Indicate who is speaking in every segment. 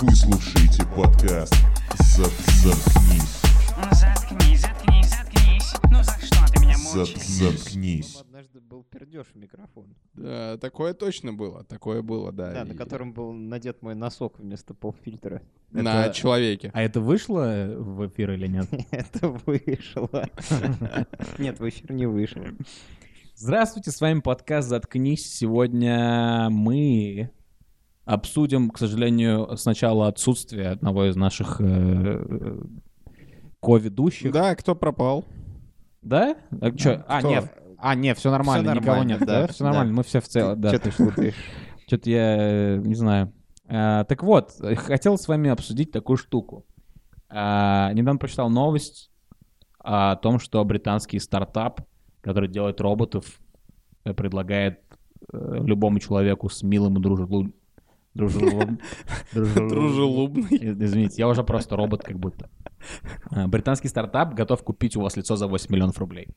Speaker 1: Вы слушаете подкаст «Зап- «Заткнись».
Speaker 2: Ну заткнись, заткнись, заткнись. Ну за что ты меня
Speaker 1: «Зап-
Speaker 2: мучаешь?
Speaker 1: «Заткнись».
Speaker 3: однажды был пердеж в микрофон,
Speaker 4: Да, Э, такое точно было, такое было, да.
Speaker 3: да,
Speaker 4: и-
Speaker 3: на котором был надет мой носок вместо полфильтра.
Speaker 4: на
Speaker 5: Это-
Speaker 4: человеке.
Speaker 5: А это вышло в эфир или нет?
Speaker 3: Это вышло. Нет, в эфир не вышло.
Speaker 5: Здравствуйте, с вами подкаст «Заткнись». Сегодня мы обсудим, к сожалению, сначала отсутствие одного из наших э, э, ко-ведущих.
Speaker 4: Да, кто пропал?
Speaker 5: Да? А, чё? а,
Speaker 4: кто?
Speaker 5: нет. А, нет, все нормально,
Speaker 3: Всё
Speaker 5: никого
Speaker 3: нормально,
Speaker 5: нет, да?
Speaker 3: да,
Speaker 5: Все
Speaker 3: да.
Speaker 5: нормально, мы все в целом, да.
Speaker 3: Че ты шутаешь?
Speaker 5: Что-то я э, не знаю. А, так вот, э, хотел с вами обсудить такую штуку. А, недавно прочитал новость о том, что британский стартап, который делает роботов, э, предлагает э, любому человеку с милым и дружелюбным...
Speaker 4: Дружелюбный.
Speaker 5: Извините, я уже просто робот как будто. А, Британский стартап готов купить у вас лицо за 8 миллионов рублей,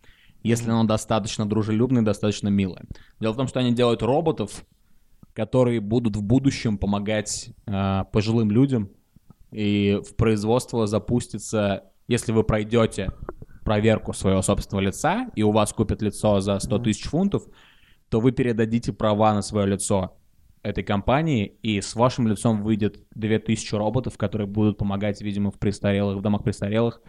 Speaker 5: если оно достаточно дружелюбное, достаточно милое. Дело в том, что они делают роботов, которые будут в будущем помогать а, пожилым людям, и в производство запустится, если вы пройдете проверку своего собственного лица, и у вас купят лицо за 100 тысяч фунтов, то вы передадите права на свое лицо этой компании, и с вашим лицом выйдет 2000 роботов, которые будут помогать, видимо, в престарелых, в домах престарелых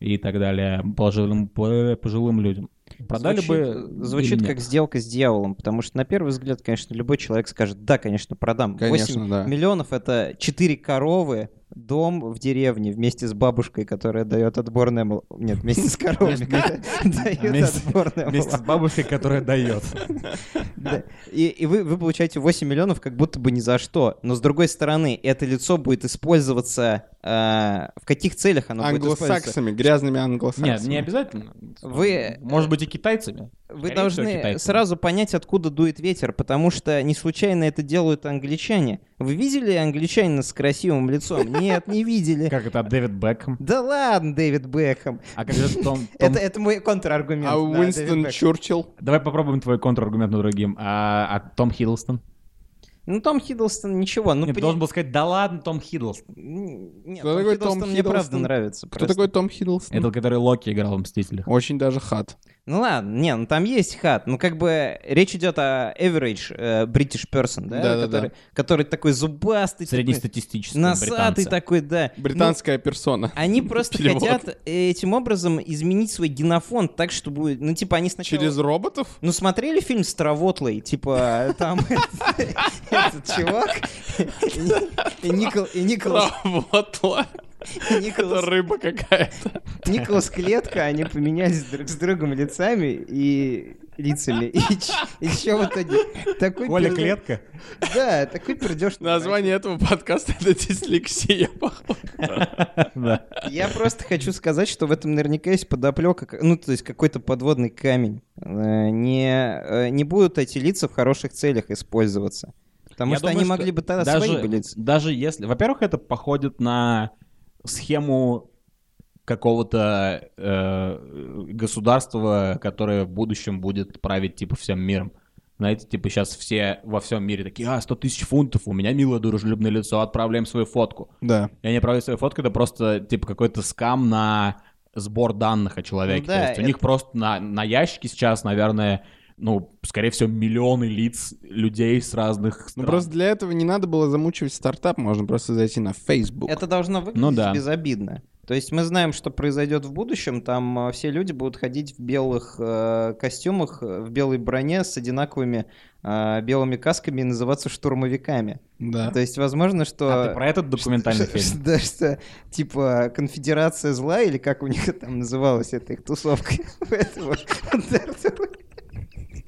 Speaker 5: и так далее, пожилым, пожилым людям. Продали
Speaker 3: Звучит-
Speaker 5: бы...
Speaker 3: Звучит
Speaker 5: или
Speaker 3: как
Speaker 5: нет?
Speaker 3: сделка с дьяволом, потому что на первый взгляд, конечно, любой человек скажет, да, конечно, продам.
Speaker 4: Конечно,
Speaker 3: 8
Speaker 4: да.
Speaker 3: миллионов — это 4 коровы, дом в деревне вместе с бабушкой, которая дает отборное молоко. Нет, вместе с коровами, которая дает
Speaker 5: Вместе-
Speaker 3: отборное
Speaker 5: Вместе с
Speaker 3: молоко.
Speaker 5: бабушкой, которая дает.
Speaker 3: Да. И, и вы, вы получаете 8 миллионов как будто бы ни за что. Но с другой стороны, это лицо будет использоваться... э, в каких целях оно будет использоваться?
Speaker 4: англосаксами, грязными
Speaker 5: Нет,
Speaker 4: англосаксами.
Speaker 5: не обязательно.
Speaker 3: Вы-
Speaker 5: Может быть, и китайцами.
Speaker 3: Вы
Speaker 5: Скорее всего,
Speaker 3: должны
Speaker 5: китайцы.
Speaker 3: сразу понять, откуда дует ветер, потому что не случайно это делают англичане. Вы видели англичанина с красивым лицом? Нет, не видели.
Speaker 5: Как это, Дэвид Бекхэм?
Speaker 3: Да ладно, Дэвид Бэхэм.
Speaker 5: А как же Том... Том-
Speaker 3: Это, это мой контраргумент.
Speaker 4: А
Speaker 3: да, Дэвид
Speaker 4: Уинстон
Speaker 3: Бэкхэм.
Speaker 4: Чурчилл?
Speaker 5: Давай попробуем твой контраргумент над другим. А, а Том Хиддлстон?
Speaker 3: Ну, Том Хиддлстон ничего. Ну,
Speaker 5: Нет,
Speaker 3: пони-
Speaker 5: должен был сказать, да ладно, Том Хиддлстон.
Speaker 3: Н- Нет,
Speaker 4: Кто
Speaker 3: Том
Speaker 4: такой Том
Speaker 3: Хиддлстон мне правда
Speaker 4: Хиддлстон?
Speaker 3: нравится.
Speaker 4: Кто
Speaker 3: просто.
Speaker 4: такой Том
Speaker 5: Это
Speaker 4: Хиддлстон?
Speaker 5: который Локи играл в «Мстителях».
Speaker 4: Очень даже хат.
Speaker 3: Ну ладно, не, ну там есть хат. Ну как бы речь идет о average э, British person, да?
Speaker 4: Да-да-да.
Speaker 3: который, который такой зубастый, такой,
Speaker 5: Среднестатистический
Speaker 3: носатый
Speaker 5: британца.
Speaker 3: такой, да.
Speaker 4: Британская персона.
Speaker 3: Ну, они просто
Speaker 4: Перевод.
Speaker 3: хотят этим образом изменить свой генофон так, чтобы, ну типа они сначала...
Speaker 4: Через роботов?
Speaker 3: Ну смотрели фильм Старовотлый, типа там этот чувак и Никол- и Николас
Speaker 4: Работала.
Speaker 3: и Николас
Speaker 4: рыба какая-то.
Speaker 3: Николас Клетка, они поменялись друг с другом лицами и лицами. И, ч- и чё в итоге? Такой
Speaker 5: Коля
Speaker 3: пердёж-
Speaker 5: Клетка?
Speaker 3: Да, такой пердеж.
Speaker 4: Название этого подкаста это дислексия, похоже.
Speaker 5: Да.
Speaker 3: Я просто хочу сказать, что в этом наверняка есть подоплека, к- ну, то есть какой-то подводный камень. Э, Не, э, не будут эти лица в хороших целях использоваться. Потому
Speaker 5: Я
Speaker 3: что
Speaker 5: думаю,
Speaker 3: они
Speaker 5: что
Speaker 3: могли бы тогда свои бы лица.
Speaker 5: даже если... Во-первых, это походит на схему какого-то э, государства, которое в будущем будет править, типа, всем миром. Знаете, типа сейчас все во всем мире такие, а, 100 тысяч фунтов, у меня милое дружелюбное лицо, отправляем свою фотку.
Speaker 4: Да.
Speaker 5: Я не отправляю свою фотку, это просто, типа, какой-то скам на сбор данных о человеке.
Speaker 3: Ну да,
Speaker 5: То есть у
Speaker 3: это-
Speaker 5: них просто на, на ящике сейчас, наверное, ну, скорее всего, миллионы лиц людей с разных
Speaker 4: Ну
Speaker 5: стран.
Speaker 4: просто для этого не надо было замучивать стартап, можно просто зайти на Facebook.
Speaker 3: Это должно выглядеть
Speaker 5: Ну да.
Speaker 3: безобидно. То есть мы знаем, что произойдет в будущем. Там э, все люди будут ходить в белых э, костюмах, э, в белой броне с одинаковыми э, белыми касками и называться штурмовиками.
Speaker 4: Да.
Speaker 3: То есть, возможно, что...
Speaker 5: А ты про этот документальный
Speaker 3: Что-
Speaker 5: фильм?
Speaker 3: что- Да, что, типа, конфедерация зла, или как у них там называлась эта их тусовка. Поэтому Дарт Вей-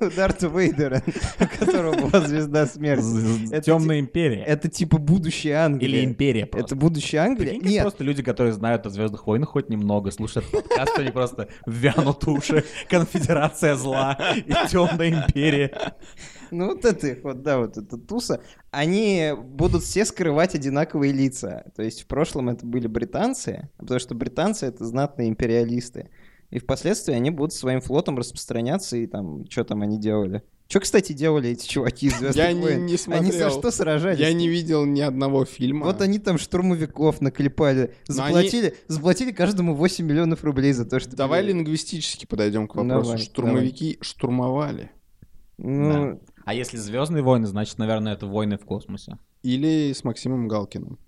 Speaker 3: У Дарта Вейдера, у которого была звезда смерти. Это
Speaker 5: Темная империя.
Speaker 3: Это типа будущее Англии.
Speaker 5: Или империя
Speaker 3: Это
Speaker 5: просто.
Speaker 3: будущее Англии?
Speaker 5: Прикинь, как
Speaker 3: Нет,
Speaker 5: просто люди, которые знают о Звездных войнах хоть немного, слушают подкаст, они просто вянут уши. Конфедерация зла и темная империя.
Speaker 3: ну вот это их, вот, да, вот эта туса. Они будут все скрывать одинаковые лица. То есть в прошлом это были британцы, потому что британцы — это знатные империалисты. и впоследствии они будут своим флотом распространяться, и там, что там они делали. Что, кстати, делали эти чуваки из
Speaker 4: Я
Speaker 3: «Звездных
Speaker 4: не-
Speaker 3: войн»?
Speaker 4: не
Speaker 3: Они
Speaker 4: смотрел.
Speaker 3: за что сражались?
Speaker 4: Я не видел ни одного фильма.
Speaker 3: Вот они там штурмовиков наклепали,
Speaker 4: Но они-
Speaker 3: заплатили, заплатили каждому 8 миллионов рублей за то, что...
Speaker 4: Давай
Speaker 3: блин,
Speaker 4: лингвистически подойдем к вопросу.
Speaker 3: Давай,
Speaker 4: Штурмовики штурмовали.
Speaker 3: Ну,
Speaker 5: А если Звездные войны, значит, наверное, это войны в космосе.
Speaker 4: Или с Максимом Галкиным.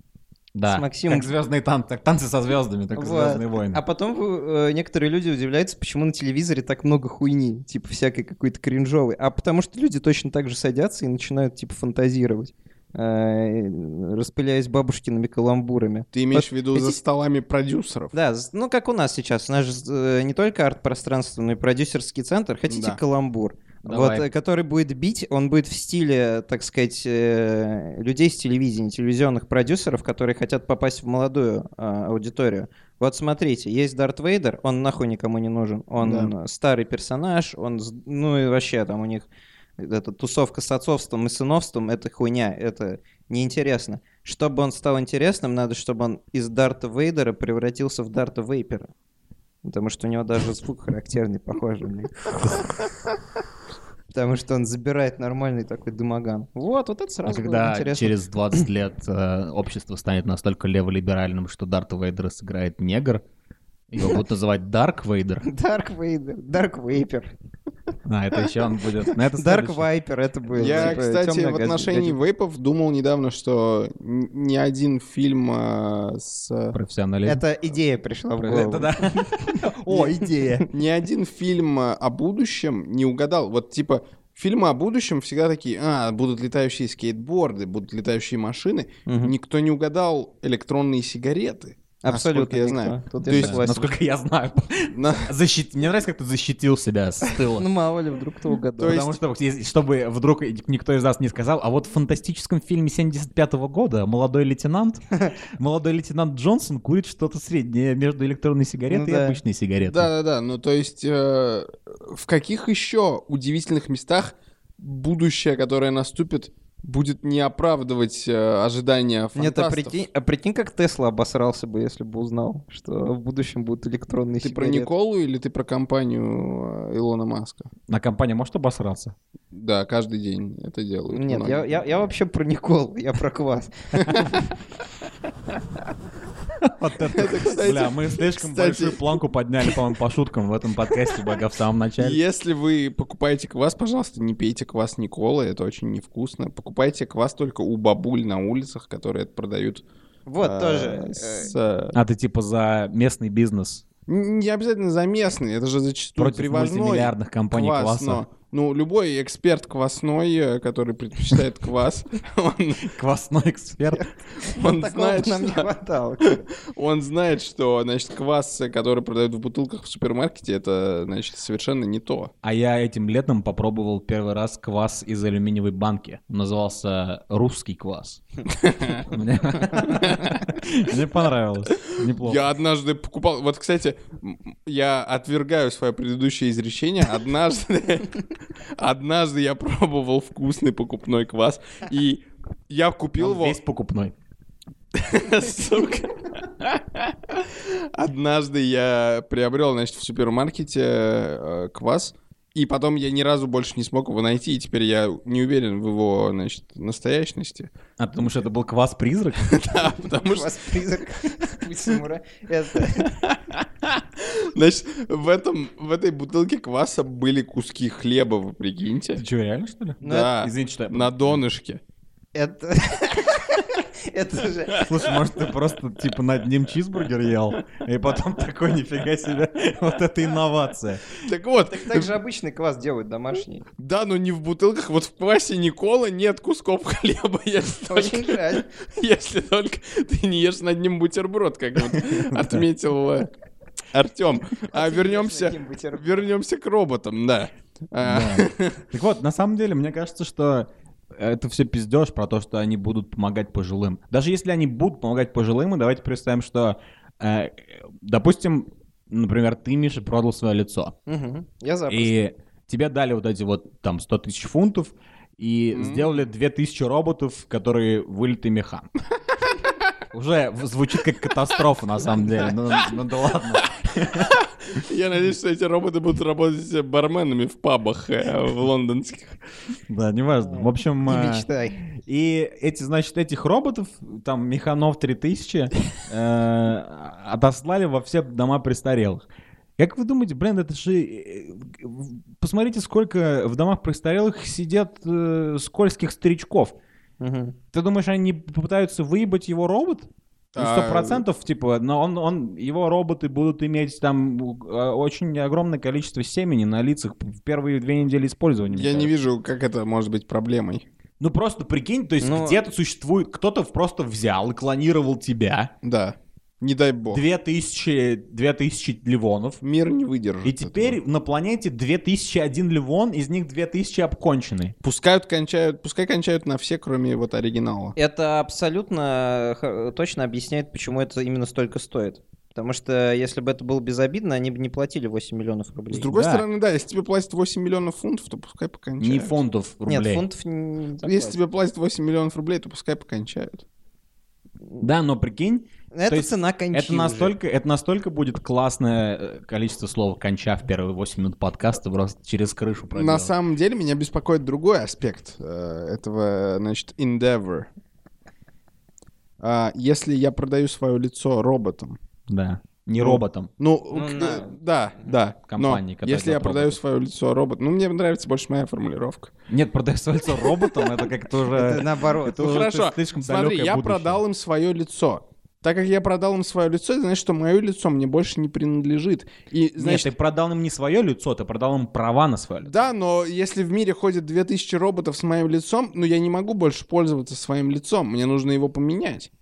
Speaker 5: Да.
Speaker 3: С Максимом-
Speaker 5: Как звездные танцы, так танцы со звездами, так и
Speaker 3: Вот.
Speaker 5: Звездные войны.
Speaker 3: А потом э, некоторые люди удивляются, почему на телевизоре так много хуйни, типа всякой какой-то кринжовой. А потому что люди точно так же садятся и начинают типа фантазировать, э, распыляясь бабушкиными каламбурами.
Speaker 4: Ты имеешь в
Speaker 3: Вот
Speaker 4: виду за
Speaker 3: эти-
Speaker 4: столами продюсеров?
Speaker 3: Да, з- ну как у нас сейчас. У нас же э, не только арт-пространство, но и продюсерский центр. Хотите
Speaker 4: Да.
Speaker 3: каламбур?
Speaker 5: Давай.
Speaker 3: Вот, э, который будет бить, он будет в стиле, так сказать, э, людей с телевидения, телевизионных продюсеров, которые хотят попасть в молодую э, аудиторию. Вот смотрите, есть Дарт Вейдер, он нахуй никому не нужен. Он э, старый персонаж, он, с- ну и вообще там у них эта тусовка с отцовством и сыновством, это хуйня, это неинтересно. Чтобы он стал интересным, надо, чтобы он из Дарта Вейдера превратился в Дарта Вейпера. Потому что у него даже звук характерный, похожий на Потому что он забирает нормальный такой дымоган. Вот, вот это
Speaker 5: А
Speaker 3: сразу было
Speaker 5: когда
Speaker 3: интересно.
Speaker 5: через 20 лет э, общество станет настолько леволиберальным, что Дарта Вейдера сыграет негр, его будут называть Дарк Вейдер.
Speaker 3: Дарк Вейдер, Дарк Вейпер,
Speaker 5: А, это еще он будет... Ну, это
Speaker 3: Дарк
Speaker 5: следующий.
Speaker 3: Вайпер, это было.
Speaker 4: Я,
Speaker 3: типа,
Speaker 4: кстати,
Speaker 3: тёмная
Speaker 4: в
Speaker 3: газ-
Speaker 4: отношении
Speaker 3: гадюка.
Speaker 4: вейпов думал недавно, что н- ни один фильм а, с...
Speaker 5: Профессионализм.
Speaker 3: Это идея пришла в
Speaker 5: Про-
Speaker 3: голову.
Speaker 5: это да. О, идея.
Speaker 4: Ни один фильм а, о будущем не угадал. Вот типа фильмы о будущем всегда такие, а, будут летающие скейтборды, будут летающие машины.
Speaker 3: Мгм.
Speaker 4: Никто не угадал электронные сигареты.
Speaker 3: Абсолютно.
Speaker 4: насколько я
Speaker 3: никто.
Speaker 4: знаю.
Speaker 3: Тут
Speaker 4: То
Speaker 3: я
Speaker 4: есть,
Speaker 3: согласен.
Speaker 5: Насколько я знаю.
Speaker 4: На-
Speaker 5: Защит... Мне нравится, как ты защитил себя с тыла.
Speaker 3: Ну, мало ли, вдруг кто угадал.
Speaker 4: То
Speaker 5: Потому что, если- чтобы вдруг никто из нас не сказал, а вот в фантастическом фильме 75 года молодой лейтенант, молодой лейтенант Джонсон курит что-то среднее между электронной сигаретой
Speaker 3: Ну
Speaker 5: и
Speaker 3: да.
Speaker 5: обычной сигаретой.
Speaker 4: Да-да-да, ну то есть э, в каких еще удивительных местах будущее, которое наступит, будет не оправдывать э, ожидания
Speaker 3: Нет, а
Speaker 4: фантастов?
Speaker 3: прикинь, а прикинь, как Тесла обосрался бы, если бы узнал, что в будущем будут электронные
Speaker 4: Ты про
Speaker 3: сигареты.
Speaker 4: Николу или ты про компанию э, Илона Маска?
Speaker 5: А компания может обосраться?
Speaker 4: Да, каждый день это делают.
Speaker 3: Нет,
Speaker 4: многие.
Speaker 3: я, я, я вообще про Никол, я про квас.
Speaker 5: Вот это,
Speaker 4: Это, кстати,
Speaker 5: бля, мы слишком
Speaker 4: кстати.
Speaker 5: большую планку подняли, по-моему, по шуткам в этом подкасте, бога в самом начале.
Speaker 4: Если вы покупаете квас, пожалуйста, не пейте квас Николы, это очень невкусно. Покупайте квас только у бабуль на улицах, которые это продают.
Speaker 3: Вот
Speaker 4: э,
Speaker 3: тоже.
Speaker 4: с, э,
Speaker 5: А ты типа за местный бизнес
Speaker 4: н- Не обязательно за местный, это же зачастую
Speaker 5: против
Speaker 4: привозной
Speaker 5: мультимиллиардных компаний
Speaker 4: квас,
Speaker 5: класса.
Speaker 4: но- ну, любой эксперт квасной, э, который предпочитает квас, он-
Speaker 5: Квасной эксперт.
Speaker 4: он
Speaker 3: Такого
Speaker 4: знает,
Speaker 3: нам не
Speaker 4: что-
Speaker 3: хватало.
Speaker 4: он знает, что, значит, квас, э, который продают в бутылках в супермаркете, это, значит, совершенно не то.
Speaker 5: А я этим летом попробовал первый раз квас из алюминиевой банки. Он назывался «Русский квас». Мне мне понравилось. Неплохо.
Speaker 4: Я однажды покупал... Вот, кстати, м, я отвергаю свое предыдущее изречение. Однажды... Однажды я пробовал вкусный покупной квас, и я купил
Speaker 5: Он
Speaker 4: его...
Speaker 5: Весь покупной.
Speaker 4: Сука. Однажды я приобрел, значит, в супермаркете э, квас, и потом я ни разу больше не смог его найти, и теперь я не уверен в его, значит, настоящности.
Speaker 5: А потому что это был квас-призрак?
Speaker 4: Да, потому что
Speaker 3: Квас призрак. Путь самурая. Это-
Speaker 4: Значит, в, этом, в этой бутылке кваса были куски хлеба, вы
Speaker 5: Ты
Speaker 4: прикиньте.
Speaker 5: что, реально, что ли?
Speaker 3: Ну,
Speaker 4: да,
Speaker 5: Извините, что я...
Speaker 4: на донышке.
Speaker 3: Это... Это же...
Speaker 5: Слушай, может, ты просто, типа, над ним чизбургер ел, и потом такой, нифига себе, вот это инновация.
Speaker 4: Так вот,
Speaker 3: Так же обычный квас делают домашний.
Speaker 4: да, но не в бутылках, вот в квасе Никола нет кусков хлеба, если
Speaker 3: Очень
Speaker 4: только,
Speaker 3: жаль.
Speaker 4: если только ты не ешь над ним бутерброд, как вот отметил э, Артем. А вернемся,
Speaker 3: Таким бутербродом.
Speaker 4: вернемся к роботам, да. А,
Speaker 5: Да. Так вот, на самом деле, мне кажется, что это все пиздеж про то, что они будут помогать пожилым. Даже если они будут помогать пожилым, и давайте представим, что, э, допустим, например, ты, Миша, продал свое лицо,
Speaker 3: Мгм. Я запросто.
Speaker 5: и тебе дали вот эти вот там 100 тысяч фунтов, и
Speaker 4: Мгм.
Speaker 5: сделали 2000 роботов, которые вылитые меха. Уже в- звучит как катастрофа, на самом деле. Ну, ну да ладно.
Speaker 4: Я надеюсь, что эти роботы будут работать барменами в пабах э, в лондонских.
Speaker 6: Да, неважно. В общем,
Speaker 3: Не
Speaker 6: э,
Speaker 3: мечтай.
Speaker 6: и эти, значит, этих роботов, там, механов 3000, э, отослали во все дома престарелых. Как вы думаете, блин, это же... э, э, Посмотрите, сколько в домах престарелых сидят э, скользких старичков.
Speaker 3: Мгм.
Speaker 6: Ты думаешь, они не попытаются выебать его робот? Ну,
Speaker 4: А,
Speaker 6: Сто процентов, типа, но он, он, его роботы будут иметь там э, очень огромное количество семени на лицах в первые две недели использования. мне
Speaker 4: Я не
Speaker 6: кажется.
Speaker 4: вижу, как это может быть проблемой.
Speaker 5: Ну просто прикинь, то есть
Speaker 3: Ну-
Speaker 5: где-то существует, кто-то просто взял и клонировал тебя,
Speaker 4: Да. Не дай бог.
Speaker 5: 2000, 2000 ливонов,
Speaker 4: Мир не выдержит.
Speaker 5: и теперь на планете 2001 ливон, из них 2000 обкончены.
Speaker 4: Пускают, кончают, пускай кончают на все, кроме вот оригинала.
Speaker 3: Это абсолютно х- точно объясняет, почему это именно столько стоит. Потому что если бы это было безобидно, они бы не платили 8 миллионов
Speaker 5: Э,
Speaker 3: рублей.
Speaker 4: С другой
Speaker 6: Да.
Speaker 4: стороны, да, если тебе платят 8 миллионов фунтов, то пускай покончают.
Speaker 5: Не фунтов рублей.
Speaker 3: Нет, фунтов не не
Speaker 4: Ну, Если
Speaker 3: заплатят.
Speaker 4: тебе платят 8 миллионов рублей, то пускай покончают.
Speaker 5: Да, но прикинь, то
Speaker 3: Это
Speaker 5: есть
Speaker 3: цена кончи
Speaker 5: это
Speaker 3: уже.
Speaker 5: настолько, это настолько будет классное э, количество слов конча в первые 8 минут подкаста просто через крышу
Speaker 4: На
Speaker 5: проделать.
Speaker 4: самом деле меня беспокоит другой аспект э, этого, значит, endeavor. А, если я продаю свое лицо роботам,
Speaker 5: Да. Не
Speaker 4: Ну,
Speaker 5: роботом.
Speaker 4: ну,
Speaker 3: Ну,
Speaker 4: к-
Speaker 3: на-
Speaker 4: да, да, но
Speaker 5: Компании, которые
Speaker 4: если я
Speaker 5: делают
Speaker 4: продаю
Speaker 5: роботов.
Speaker 4: свое лицо роботу, ну, мне нравится больше моя формулировка.
Speaker 6: Нет, продай свое лицо роботом, это как-то
Speaker 3: Это
Speaker 6: уже...
Speaker 3: наоборот.
Speaker 6: это уже
Speaker 4: хорошо,
Speaker 6: слишком
Speaker 4: смотри,
Speaker 6: далёкое
Speaker 4: я
Speaker 6: будущее.
Speaker 4: продал им свое лицо. Так как я продал им свое лицо, это значит, что мое лицо мне больше не принадлежит. И, значит,
Speaker 5: Нет, ты продал им не свое лицо, ты продал им права на свое лицо.
Speaker 4: Да, но если в мире ходит 2000 роботов с моим лицом, ну я не могу больше пользоваться своим лицом, мне нужно его поменять.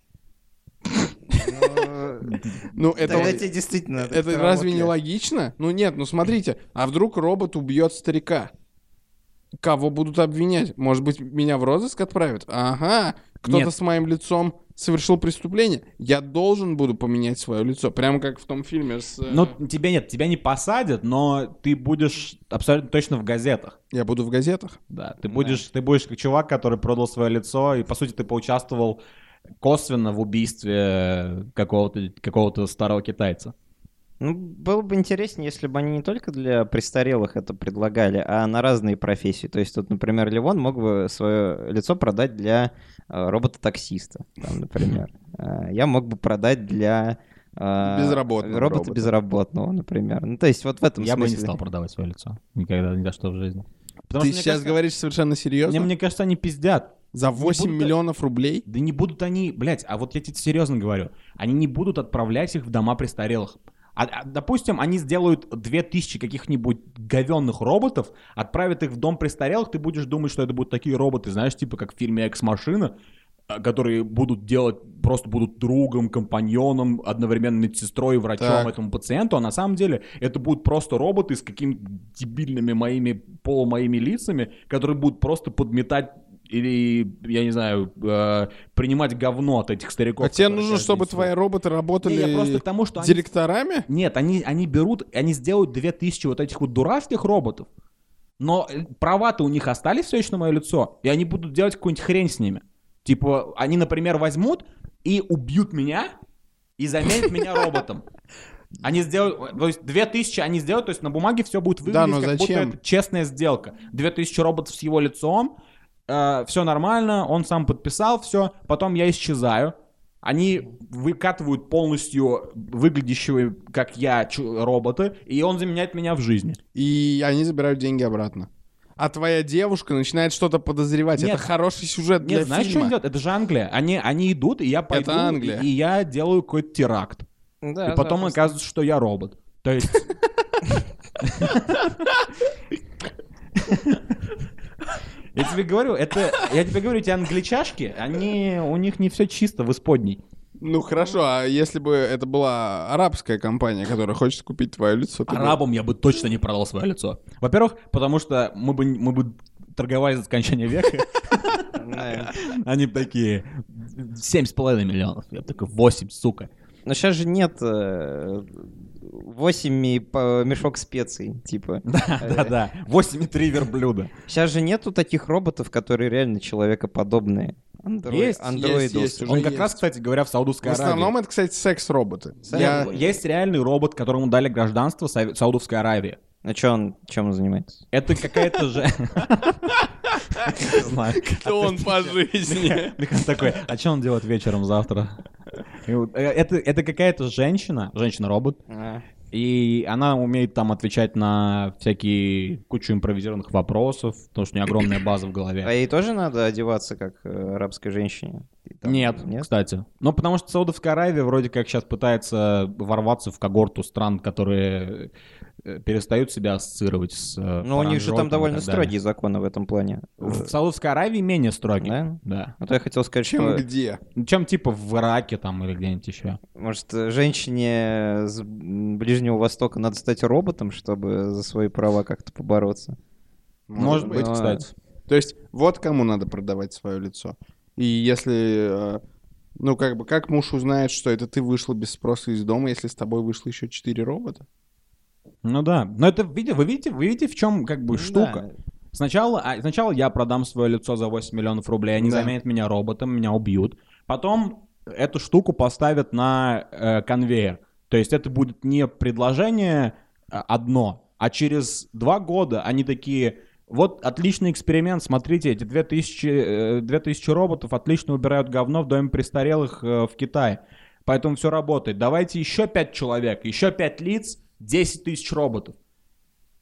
Speaker 3: Ну,
Speaker 4: Ну это...
Speaker 3: Тогда тебе действительно надо
Speaker 4: Это
Speaker 3: к
Speaker 4: разве не
Speaker 3: терапевту.
Speaker 4: логично? Ну нет, ну смотрите, а вдруг робот убьет старика? Кого будут обвинять? Может быть, меня в розыск отправят? Ага, кто-то
Speaker 5: Нет.
Speaker 4: с моим лицом совершил преступление. Я должен буду поменять свое лицо, прямо как в том фильме с... э,
Speaker 5: Ну, тебя нет, тебя не посадят, но ты будешь абсолютно точно в газетах.
Speaker 4: Я буду в газетах.
Speaker 5: Да, ты будешь, ты будешь как чувак, который продал свое лицо, и по сути ты поучаствовал косвенно в убийстве какого-то какого-то старого китайца.
Speaker 3: Ну, было бы интереснее, если бы они не только для престарелых это предлагали, а на разные профессии. То есть, тут, например, Левон мог бы свое лицо продать для э, робота-таксиста, там, например. А, Я мог бы продать для э,
Speaker 4: Безработного
Speaker 3: робота
Speaker 4: робота.
Speaker 3: безработного, например. Ну, то есть, вот в этом
Speaker 5: Я бы не
Speaker 3: смысле.
Speaker 5: стал продавать свое лицо. Никогда, ни за что в жизни. Потому
Speaker 4: Ты
Speaker 5: что, мне
Speaker 4: сейчас
Speaker 5: кажется,
Speaker 4: говоришь совершенно серьезно?
Speaker 5: мне, мне кажется, они пиздят.
Speaker 4: За 8
Speaker 5: будут-
Speaker 4: миллионов рублей?
Speaker 5: Да не будут они, блядь, а вот я тебе серьезно говорю, они не будут отправлять их в дома престарелых. А- а, допустим, они сделают 2000 каких-нибудь говенных роботов, отправят их в дом престарелых, ты будешь думать, что это будут такие роботы, знаешь, типа как в фильме «Экс-машина», а, которые будут делать, просто будут другом, компаньоном, одновременно медсестрой и врачом
Speaker 4: Так.
Speaker 5: этому пациенту, а на самом деле это будут просто роботы с какими-то дебильными моими, полумоими лицами, которые будут просто подметать или, я не знаю, э, принимать говно от этих стариков.
Speaker 4: А тебе
Speaker 5: которые
Speaker 4: нужно,
Speaker 5: каждый
Speaker 4: чтобы
Speaker 5: из своих-
Speaker 4: твои роботы работали
Speaker 5: Не, я просто к тому, что они-
Speaker 4: директорами?
Speaker 5: Нет, они, они берут, они сделают 2000 вот этих вот дурацких роботов, но э, права-то у них остались все еще на мое лицо, и они будут делать какую-нибудь хрень с ними. Типа, они, например, возьмут и убьют меня, и заменят меня роботом. Они сделают, то есть 2000 они сделают, то есть на бумаге все будет выглядеть,
Speaker 4: но
Speaker 5: как
Speaker 4: зачем?
Speaker 5: будто это честная сделка. 2000 роботов с его лицом, все нормально, он сам подписал, все, потом я исчезаю. Они выкатывают полностью выглядящего, как я, чу- робота, и он заменяет меня в жизни.
Speaker 4: И они забирают деньги обратно. А твоя девушка начинает что-то подозревать.
Speaker 5: Нет.
Speaker 4: Это хороший сюжет для
Speaker 5: Нет, знаешь, что
Speaker 4: фильма.
Speaker 5: они делают? Это же Англия. Они, они идут, и я пойду,
Speaker 4: Англия.
Speaker 5: и я делаю какой-то теракт.
Speaker 3: Да,
Speaker 5: и потом
Speaker 3: запросто.
Speaker 5: оказывается, что я робот. То есть... Я тебе говорю, это, я тебе говорю, эти англичашки, они, у них не все чисто в исподней.
Speaker 4: Ну хорошо, а если бы это была арабская компания, которая хочет купить твое лицо? ты бы-
Speaker 5: Арабам я бы точно не продал свое лицо. Типа, Во-первых, потому что мы бы, мы бы торговали за скончание века.
Speaker 3: Да.
Speaker 5: Они бы такие, семь с половиной миллионов. Я бы такой, восемь, сука.
Speaker 3: Но сейчас же нет э, 8 мешок специй, типа.
Speaker 5: Да, да, да. 8,3 верблюда.
Speaker 3: Сейчас же нету таких роботов, которые реально человекоподобные. Андро-
Speaker 5: Есть,
Speaker 3: андроидов.
Speaker 4: есть, есть.
Speaker 5: Он
Speaker 4: Уже
Speaker 5: как раз, кстати говоря, в
Speaker 4: В
Speaker 5: Саудовской Аравии.
Speaker 4: основном это, кстати, секс-роботы.
Speaker 3: Секс-
Speaker 4: Я...
Speaker 5: Есть реальный робот, которому дали гражданство Сау- Саудовской Аравии.
Speaker 3: А чё он, чем он занимается?
Speaker 5: Это какая-то же... Не знаю.
Speaker 4: Кто он по жизни?
Speaker 5: Михан такой, а что он делает вечером завтра? И вот, э, Это, это какая-то женщина, женщина-робот,
Speaker 3: А,
Speaker 5: и она умеет там отвечать на всякие кучу импровизированных вопросов, потому что у нее огромная база в
Speaker 3: а
Speaker 5: голове.
Speaker 3: ей тоже надо одеваться, как э, арабской женщине? И там-
Speaker 5: Нет,
Speaker 3: Нет?
Speaker 5: кстати. Ну, потому что Саудовская Аравия вроде как сейчас пытается ворваться в когорту стран, которые э, перестают себя ассоциировать с... э,
Speaker 3: Ну, у них же там довольно строгие законы в этом плане. Э,
Speaker 5: В Саудовской Аравии менее строгие.
Speaker 3: Да?
Speaker 5: Да.
Speaker 3: А то я хотел сказать,
Speaker 4: Чем
Speaker 3: что...
Speaker 4: где?
Speaker 5: Ну, Чем типа в Ираке там или где-нибудь еще.
Speaker 3: Может, э, женщине с Ближнего Востока надо стать роботом, чтобы за свои права как-то побороться?
Speaker 5: Может быть,
Speaker 3: быть.
Speaker 5: кстати.
Speaker 4: То есть вот кому надо продавать свое лицо. И если, э, ну как бы, как муж узнает, что это ты вышла без спроса из дома, если с тобой вышло еще четыре робота?
Speaker 5: Ну да, но это видите, вы видите, вы видите, в чем как
Speaker 3: Ну
Speaker 4: Ну,
Speaker 5: бы штука. Сначала, а, сначала я продам свое лицо за 8 миллионов рублей, они
Speaker 4: Да.
Speaker 5: заменят меня роботом, меня убьют. Потом эту штуку поставят на э, конвейер. То есть это будет не предложение э, одно, а через два года они такие, вот отличный эксперимент, смотрите, эти 2000, э, 2000 роботов отлично убирают говно в доме престарелых э, в Китае. Поэтому все работает. Давайте еще пять человек, еще пять лиц, 10 тысяч роботов.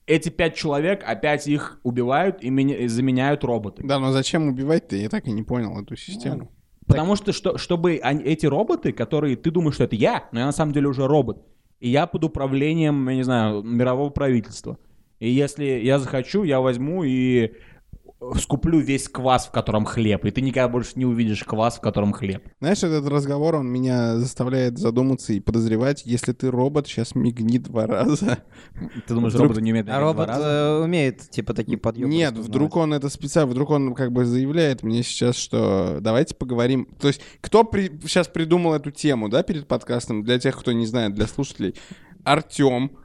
Speaker 5: Эти пять человек опять их убивают и меня- и заменяют роботы.
Speaker 4: Да, но зачем убивать-то? Я так и не понял эту систему.
Speaker 5: Потому что, что чтобы они- эти роботы, которые ты думаешь, что это я, но я на самом деле уже робот. И я под управлением, я не знаю, мирового правительства. И если я захочу, я возьму и э, скуплю весь квас, в котором хлеб. И ты никогда больше не увидишь квас, в котором хлеб.
Speaker 4: Знаешь, этот разговор, он меня заставляет задуматься и подозревать, если ты робот, сейчас мигни два раза.
Speaker 5: Ты думаешь,
Speaker 4: Вдруг-
Speaker 5: роботы не умеют
Speaker 3: А робот э, умеет, типа, такие подъемы.
Speaker 4: Нет, вдруг он это специально, вдруг он как бы заявляет мне сейчас, что давайте поговорим. То есть, кто сейчас придумал эту тему, да, перед подкастом, для тех, кто не знает, для слушателей, Артем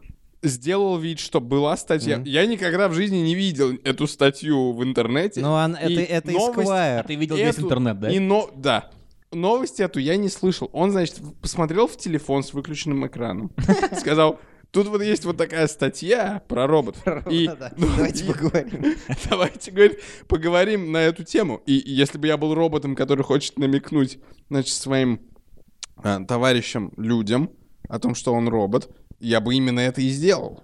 Speaker 4: сделал вид, что была статья.
Speaker 3: Мгм.
Speaker 4: Я никогда в жизни не видел эту статью в интернете.
Speaker 3: Ну, он, это,
Speaker 4: И
Speaker 3: это
Speaker 4: новость-
Speaker 3: Esquire.
Speaker 5: Ты видел весь
Speaker 4: э, Эту-
Speaker 5: интернет, да?
Speaker 4: И но... Да. Новость эту я не слышал. Он, значит, в- посмотрел в телефон с выключенным экраном. Сказал, тут вот есть вот такая статья про роботов. И-
Speaker 3: Да,
Speaker 4: ну,
Speaker 3: Давайте
Speaker 4: и-
Speaker 3: поговорим.
Speaker 4: Давайте, говорит, поговорим на эту тему. И если бы я был роботом, который хочет намекнуть, значит, своим э, товарищам, людям о том, что он робот, я бы именно это и сделал.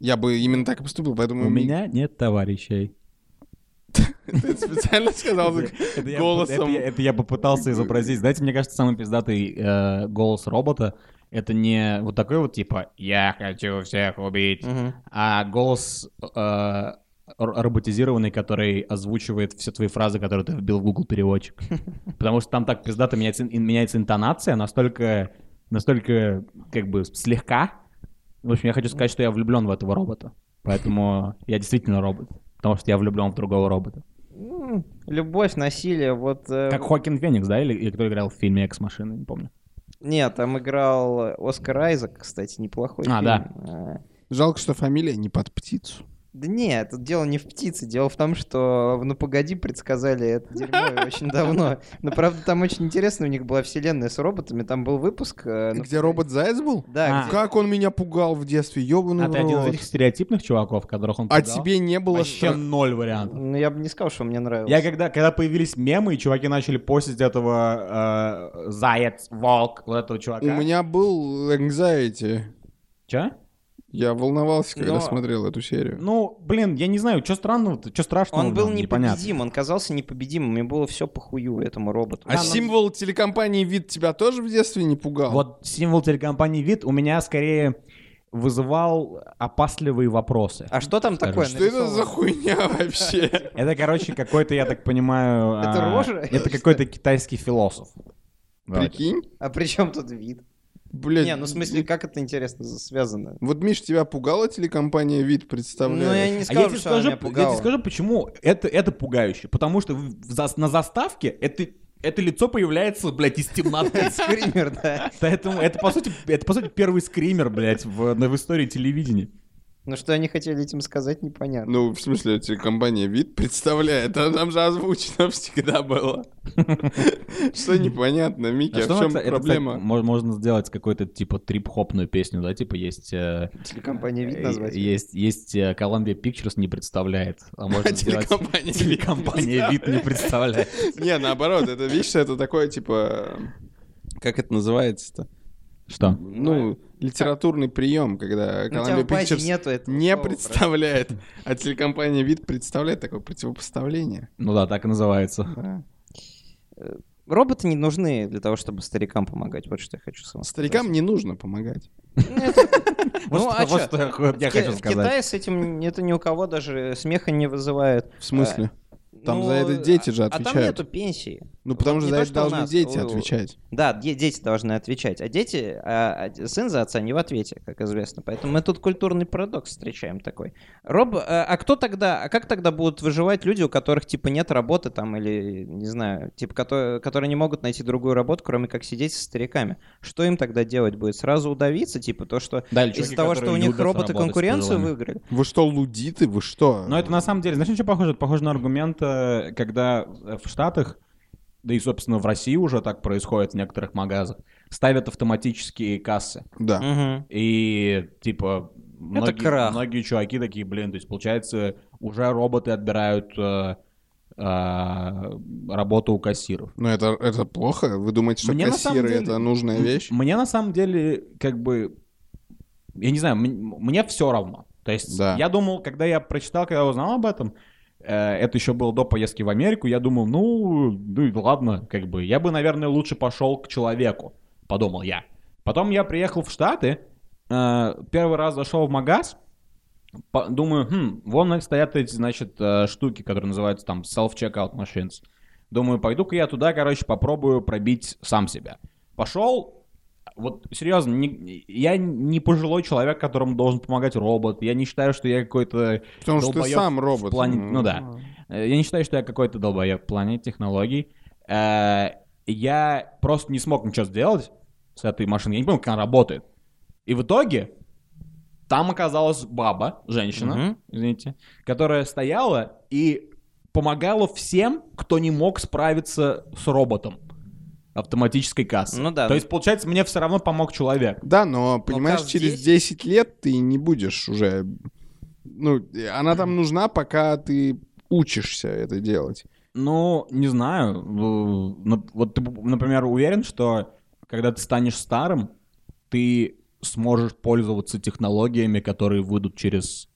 Speaker 4: Я бы именно так и поступил, поэтому...
Speaker 5: У
Speaker 4: ми-
Speaker 5: меня нет товарищей.
Speaker 4: Ты специально сказал так
Speaker 5: Это я-
Speaker 4: голосом.
Speaker 5: Это, я- это я попытался изобразить. Знаете, мне кажется, самый пиздатый э, голос робота это не вот такой вот типа «Я хочу всех убить»,
Speaker 3: Мгм.
Speaker 5: а голос э, р- роботизированный, который озвучивает все твои фразы, которые ты вбил в Google переводчик. Потому что там так пиздато меняется, ин- меняется интонация, настолько, настолько как бы слегка. В общем, я хочу сказать, что я влюблен в этого робота. Поэтому я действительно робот. Потому что я влюблен в другого робота.
Speaker 3: М, Любовь, насилие, вот... э,
Speaker 5: Как Хоакин Феникс, да, или, или кто играл в фильме «Экс-машина», не помню.
Speaker 3: Нет, там играл э, Оскар Айзек, кстати, неплохой
Speaker 5: А,
Speaker 3: фильм.
Speaker 5: да.
Speaker 3: Э,
Speaker 4: Жалко, что фамилия не под птицу.
Speaker 3: Да нет, тут дело не в птице. Дело в том, что в «Ну погоди» предсказали это дерьмо очень давно. Но, правда, там очень интересно, у них была вселенная с роботами. Там был выпуск... э, «Ну,
Speaker 4: Где робот заяц был?
Speaker 3: Да,
Speaker 5: А.
Speaker 3: где-
Speaker 4: Как он меня пугал в детстве, ёбаный
Speaker 5: А ты
Speaker 4: в
Speaker 5: один из
Speaker 4: рот.
Speaker 5: этих стереотипных чуваков, которых он
Speaker 4: Ну, А
Speaker 5: пугал?
Speaker 4: тебе не было
Speaker 5: Вообще
Speaker 4: страха?
Speaker 5: ноль вариантов.
Speaker 3: Ну, я бы не сказал, что мне нравилось.
Speaker 5: Я когда, когда появились мемы, и чуваки начали постить этого э, заяц, волк, вот этого чувака.
Speaker 4: У меня был anxiety.
Speaker 5: Чё?
Speaker 4: Я волновался, когда
Speaker 3: Но-
Speaker 4: смотрел эту серию.
Speaker 5: Ну, блин, я не знаю, что странного-то, что страшного
Speaker 3: Он был
Speaker 5: непонятно.
Speaker 3: непобедим, он казался непобедимым, и было все по хую этому роботу. ну,
Speaker 4: А символ телекомпании «Вид» тебя тоже в детстве не пугал?
Speaker 5: Вот символ телекомпании «Вид» у меня скорее вызывал опасливые вопросы.
Speaker 3: А что там
Speaker 5: Скажем,
Speaker 3: такое
Speaker 4: Что это за
Speaker 3: нарисовано?
Speaker 4: хуйня вообще?
Speaker 5: Это, короче, какой-то, я так понимаю...
Speaker 3: Это
Speaker 5: а,
Speaker 3: рожа?
Speaker 5: Это какой-то китайский философ.
Speaker 4: Прикинь?
Speaker 3: А при чем тут вид?
Speaker 4: Блядь.
Speaker 3: Не, ну в смысле, как это интересно за- связано?
Speaker 4: Вот, Миш, тебя пугала телекомпания «Вид»,
Speaker 3: Ну я
Speaker 4: представляешь?
Speaker 3: не
Speaker 5: А я
Speaker 3: сказал,
Speaker 5: тебе,
Speaker 3: что она
Speaker 5: скажу,
Speaker 3: меня
Speaker 5: я тебе
Speaker 3: пугала.
Speaker 5: скажу, почему это, это пугающе. Потому что в- в зас- на заставке это
Speaker 7: это лицо появляется, блядь, из темноты.
Speaker 3: Скример, да.
Speaker 5: Поэтому это, по сути, это, по сути, первый скример, блядь, в, в истории телевидения.
Speaker 3: Ну что они хотели этим сказать, непонятно.
Speaker 4: Ну, в смысле, телекомпания «Вид» представляет, а там же озвучено всегда было. Что непонятно, Микки, а в чем проблема?
Speaker 7: можно сделать какую-то, типа, трип-хопную песню, да, типа, есть... э,
Speaker 4: Ну,
Speaker 3: Телекомпания вид
Speaker 7: э,
Speaker 3: назвать.
Speaker 7: Есть, есть э, Columbia Pictures не представляет, а можно
Speaker 4: А
Speaker 7: сделать...
Speaker 4: телекомпания «Вид»
Speaker 7: Телекомпания вид не представляет.
Speaker 4: Не, наоборот, это, видишь, это такое, типа... Как это называется-то?
Speaker 7: Что?
Speaker 4: Ну, литературный прием, когда
Speaker 3: Ну, у тебя
Speaker 4: Columbia
Speaker 3: в базе
Speaker 4: Pictures
Speaker 3: нету этого
Speaker 4: не
Speaker 3: слова, правда?
Speaker 4: представляет, а телекомпания «Вид» представляет такое противопоставление.
Speaker 7: Ну да, так и называется.
Speaker 4: Да.
Speaker 3: Э, Роботы не нужны для того, чтобы старикам помогать. Вот что я хочу с вами
Speaker 4: Старикам не нужно помогать.
Speaker 3: сказать. Ну, а
Speaker 7: вот
Speaker 3: чё?
Speaker 7: что я хо- я
Speaker 3: В Ки-
Speaker 7: хочу
Speaker 3: в
Speaker 7: сказать.
Speaker 3: Китае с этим это ни у кого даже смеха не вызывает.
Speaker 4: В смысле? Там
Speaker 3: Ну,
Speaker 4: за это дети
Speaker 3: а-
Speaker 4: же
Speaker 3: А там
Speaker 4: отвечают.
Speaker 3: нету пенсии.
Speaker 4: Ну, потому
Speaker 3: вот
Speaker 4: что
Speaker 3: не то,
Speaker 4: за это
Speaker 3: что у
Speaker 4: должны
Speaker 3: нас,
Speaker 4: дети
Speaker 3: у-
Speaker 4: отвечать.
Speaker 3: Да, де- дети должны отвечать. А дети, а, а, сын за отца не в ответе, как известно. Поэтому мы тут культурный парадокс встречаем такой. Роб, а а кто тогда, а как тогда будут выживать люди, у которых типа нет работы там или, не знаю, типа, которые, которые не могут найти другую работу, кроме как сидеть со стариками? Что им тогда делать будет? Сразу удавиться, типа, то, что
Speaker 7: Да, или
Speaker 3: из-за
Speaker 7: чуваки,
Speaker 3: того,
Speaker 7: которые
Speaker 3: что у
Speaker 7: не
Speaker 3: них
Speaker 7: удастся
Speaker 3: роботы
Speaker 7: работать с
Speaker 3: конкуренцию
Speaker 7: пожилыми.
Speaker 3: выиграли?
Speaker 4: Вы что, лудиты? Вы что?
Speaker 5: Но это на самом деле, знаешь, на что похоже? Это похоже на аргумент, э, когда э, в Штатах, да и, собственно, в России уже так происходит в некоторых магазах, ставят автоматические кассы.
Speaker 4: Да.
Speaker 3: Мгм.
Speaker 7: И, типа, многие,
Speaker 3: крах.
Speaker 7: многие чуваки такие, блин, то есть, получается, уже роботы отбирают э, э, работу у кассиров.
Speaker 4: Ну, это, это плохо. Вы думаете, что
Speaker 5: Мне на самом
Speaker 4: кассиры
Speaker 5: деле-
Speaker 4: это нужная вещь?
Speaker 5: Мне на самом деле, как бы, я не знаю, м- мне все равно. То есть
Speaker 4: Да.
Speaker 5: я думал, когда я прочитал, когда узнал об этом, э, это еще было до поездки в Америку, я думал, ну, ну и ладно, как бы, я бы, наверное, лучше пошел к человеку, подумал я. Потом я приехал в Штаты, э, первый раз зашел в магаз, по- думаю, хм, вон стоят эти, значит, э, штуки, которые называются там self-checkout machines. Думаю, пойду-ка я туда, короче, попробую пробить сам себя. Пошел, вот серьезно, не- я не пожилой человек, которому должен помогать робот. Я не считаю, что я какой-то
Speaker 4: Потому что ты
Speaker 5: долбоёб
Speaker 4: сам
Speaker 5: в
Speaker 4: робот.
Speaker 5: плане- ну да. Э, Я не считаю, что я какой-то долбоеб в плане технологий. Э, Я просто не смог ничего сделать с этой машиной. Я не понял, как она работает. И в итоге там оказалась баба, женщина,
Speaker 3: Мгм.
Speaker 5: извините, которая стояла и помогала всем, кто не мог справиться с роботом автоматической кассы.
Speaker 3: Ну да.
Speaker 5: То есть, получается, мне все равно помог человек.
Speaker 4: Да, но, понимаешь,
Speaker 3: как
Speaker 4: через
Speaker 3: здесь?
Speaker 4: 10 лет ты не будешь уже... Ну, и она там нужна, пока ты учишься это делать.
Speaker 5: Ну, не знаю. В- нап- Вот ты, например, уверен, что когда ты станешь старым, ты сможешь пользоваться технологиями, которые выйдут через...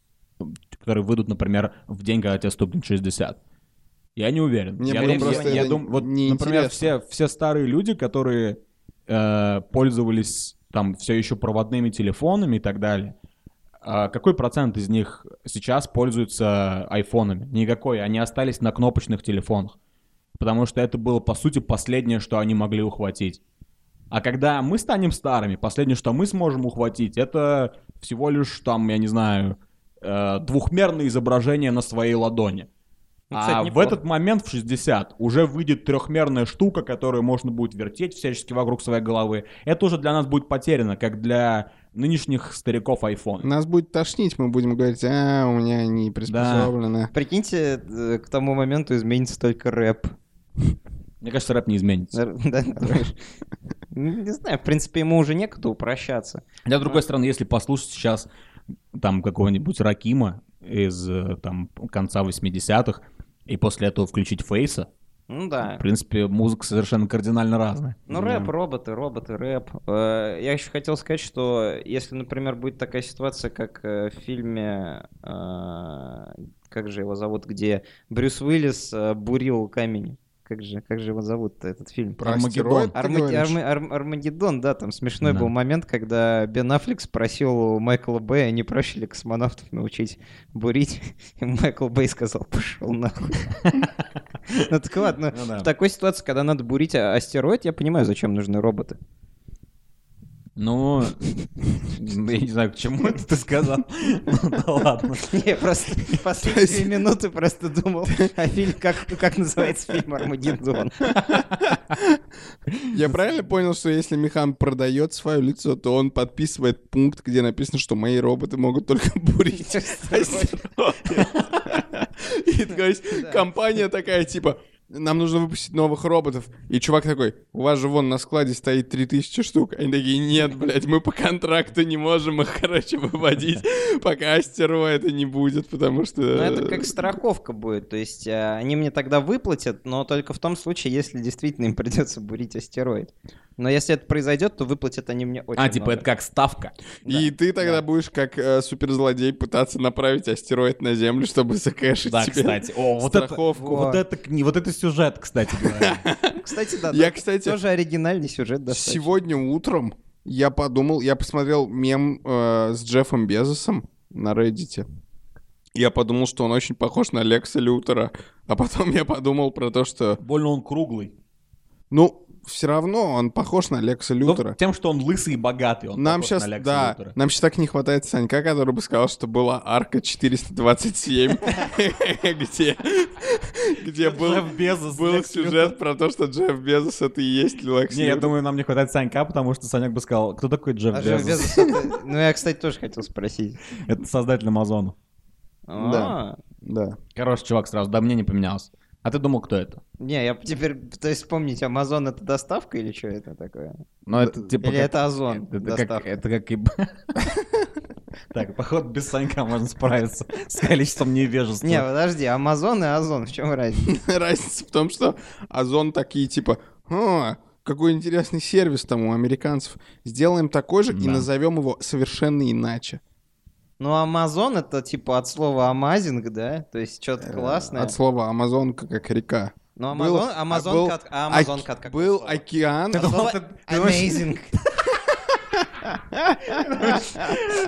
Speaker 5: Которые выйдут, например, в день, когда тебе стукнет 60. Я не уверен.
Speaker 4: Мне
Speaker 5: я
Speaker 4: было
Speaker 5: дум-
Speaker 4: просто
Speaker 5: я- я
Speaker 4: это
Speaker 5: дум- вот, например,
Speaker 4: неинтересно.
Speaker 5: все, все старые люди, которые э, пользовались там все еще проводными телефонами и так далее, а какой процент из них сейчас пользуются айфонами? Никакой. Они остались на кнопочных телефонах. Потому что это было, по сути, последнее, что они могли ухватить. А когда мы станем старыми, последнее, что мы сможем ухватить, это всего лишь, там, я не знаю, э, двухмерное изображение на своей ладони.
Speaker 3: Ну, кстати,
Speaker 5: а в
Speaker 3: неплохо.
Speaker 5: этот момент, в 60, уже выйдет трехмерная штука, которую можно будет вертеть всячески вокруг своей головы. Это уже для нас будет потеряно, как для нынешних стариков iPhone.
Speaker 3: Ну,
Speaker 4: Нас будет тошнить, мы будем говорить, а, у меня не приспособлено.
Speaker 3: Прикиньте, э, к тому моменту изменится только рэп.
Speaker 5: Мне кажется, рэп не изменится.
Speaker 3: Нар- да, думаешь? Не знаю, в принципе, ему уже некуда упрощаться.
Speaker 5: Хотя, с другой стороны, если послушать сейчас там какого-нибудь Ракима из э, там конца 80-х, и после этого включить Фейса,
Speaker 3: Ну
Speaker 5: в
Speaker 3: да.
Speaker 5: принципе, музыка совершенно кардинально разная.
Speaker 3: Ну, рэп, роботы, роботы, рэп. Э, Я еще хотел сказать, что если, например, будет такая ситуация, как э, в фильме, э, как же его зовут, где Брюс Уиллис э, бурил камень. Как же, как же его зовут этот фильм?
Speaker 4: Про
Speaker 5: Армагеддон.
Speaker 4: астероид ты
Speaker 3: Арма-
Speaker 4: говоришь?
Speaker 3: Арма- Арм- Армагеддон, да, там смешной
Speaker 5: Да.
Speaker 3: был момент, когда Бен Аффлек спросил у Майкла Бэя, не проще ли космонавтов научить бурить, и Майкл Бэй сказал, пошел нахуй. Ну так ладно,
Speaker 5: Ну да.
Speaker 3: в такой ситуации, когда надо бурить а- астероид, я понимаю, зачем нужны роботы.
Speaker 5: Ну, я не знаю, к чему это ты сказал. Ну, да ладно.
Speaker 3: Я просто последние две минуты просто думал о фильме, как, как называется фильм «Армагеддон».
Speaker 4: Я правильно понял, что если Михан продает свое лицо, то он подписывает пункт, где написано, что мои роботы могут только бурить. И то есть компания такая, типа, нам нужно выпустить новых роботов. И чувак такой, у вас же вон на складе стоит 3000 штук. Они такие, нет, блядь, мы по контракту не можем их, короче, выводить, пока астероида не будет, потому что...
Speaker 3: Ну, это как страховка будет. То есть э, они мне тогда выплатят, но только в том случае, если действительно им придется бурить астероид. Но если это произойдет, то выплатят они мне очень
Speaker 7: А, типа,
Speaker 3: много.
Speaker 7: это как ставка.
Speaker 4: И ты тогда будешь, как э, суперзлодей, пытаться направить астероид на Землю, чтобы закэшить
Speaker 7: Да,
Speaker 4: себе
Speaker 7: кстати. О, вот это...
Speaker 4: страховку.
Speaker 5: Вот
Speaker 3: Вот.
Speaker 5: это, к- не- вот это сюжет, кстати говоря.
Speaker 3: Ну, Кстати, да,
Speaker 4: Я,
Speaker 3: да,
Speaker 4: кстати,
Speaker 3: тоже оригинальный сюжет достаточно.
Speaker 4: Сегодня утром я подумал, я посмотрел мем э, с Джеффом Безосом на Reddit. Я подумал, что он очень похож на Лекса Лютера. А потом я подумал про то, что...
Speaker 5: Больно он круглый.
Speaker 4: Ну, все равно он похож на Лекса
Speaker 5: Ну,
Speaker 4: Лютера.
Speaker 5: тем, что он лысый и богатый. Он
Speaker 4: нам
Speaker 5: похож
Speaker 4: сейчас,
Speaker 5: на Алекса
Speaker 4: да,
Speaker 5: Лютера.
Speaker 4: нам сейчас так не хватает Санька, который бы сказал, что была арка 427, где, где был,
Speaker 5: Джефф Безос,
Speaker 4: был
Speaker 5: Лекс
Speaker 4: сюжет
Speaker 5: Лютер.
Speaker 4: про то, что Джефф Безос это и есть Лекс
Speaker 5: Не, я
Speaker 4: Лютер.
Speaker 5: думаю, нам не хватает Санька, потому что Санек бы сказал, кто такой Джефф
Speaker 3: А Джефф
Speaker 5: Безос?
Speaker 3: Безос это- Ну, я, кстати, тоже хотел спросить.
Speaker 5: Это создатель Амазона.
Speaker 4: Да.
Speaker 3: А,
Speaker 4: Да.
Speaker 7: Короче, чувак, сразу, да, мне не поменялось. А ты думал, кто это?
Speaker 3: Не, я теперь пытаюсь вспомнить, Амазон это доставка или что это такое?
Speaker 7: Ну, это типа...
Speaker 3: Э, Или
Speaker 7: как-
Speaker 3: это Озон?
Speaker 7: Это
Speaker 3: доставка?
Speaker 7: как, это как и...
Speaker 5: Так, походу, без Санька можно справиться с количеством невежества.
Speaker 3: Не, подожди, Амазон и Озон, в чем разница?
Speaker 4: Разница в том, что Озон такие типа, «О, какой интересный сервис там у американцев. Сделаем такой же и
Speaker 7: Да.
Speaker 4: назовем его совершенно иначе.
Speaker 3: Ну, Амазон это типа от слова амазинг, да? То есть что-то классное.
Speaker 4: Э, От слова Амазонка как река.
Speaker 3: Ну,
Speaker 4: Был-
Speaker 3: Амазон,
Speaker 4: а был
Speaker 3: Амазонка от- а Амазонка
Speaker 4: оке-
Speaker 3: от какого
Speaker 4: Был
Speaker 3: слова?
Speaker 4: океан.
Speaker 3: От слова amazing.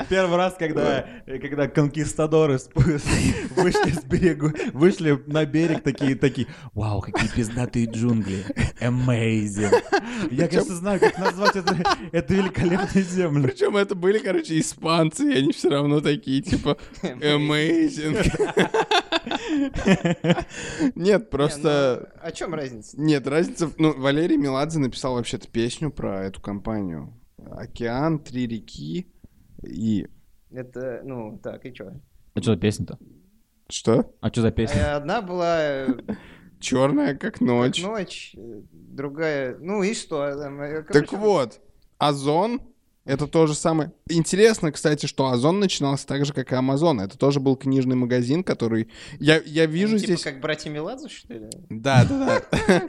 Speaker 5: Первый раз, когда, э, когда конкистадоры с- вышли с берегу, вышли на берег такие, такие, вау, какие пиздатые джунгли, amazing. Я, конечно, знаю, как назвать это, эту великолепную землю.
Speaker 4: Причем это были, короче, испанцы, и они все равно такие, типа, amazing. Нет, просто...
Speaker 3: Не, ну, О чем разница?
Speaker 4: Нет, разница... в- Ну, Валерий Меладзе написал вообще-то песню про эту компанию. Океан, три реки и...
Speaker 3: Это, ну, так, и что?
Speaker 7: А что за песня-то?
Speaker 4: Что?
Speaker 7: А что за песня?
Speaker 3: Одна была э,
Speaker 4: Черная, как
Speaker 3: как
Speaker 4: ночь.
Speaker 3: ночь, э, другая... Ну и что? а там, э,
Speaker 4: так
Speaker 3: короче,
Speaker 4: вот, Озон — это то же самое. Интересно, кстати, что Озон начинался так же, как и Амазон. Это тоже был книжный магазин, который... Я, я
Speaker 3: они
Speaker 4: вижу
Speaker 3: типа
Speaker 4: здесь...
Speaker 3: как братья Меладзе, что ли?
Speaker 4: Да, да, да.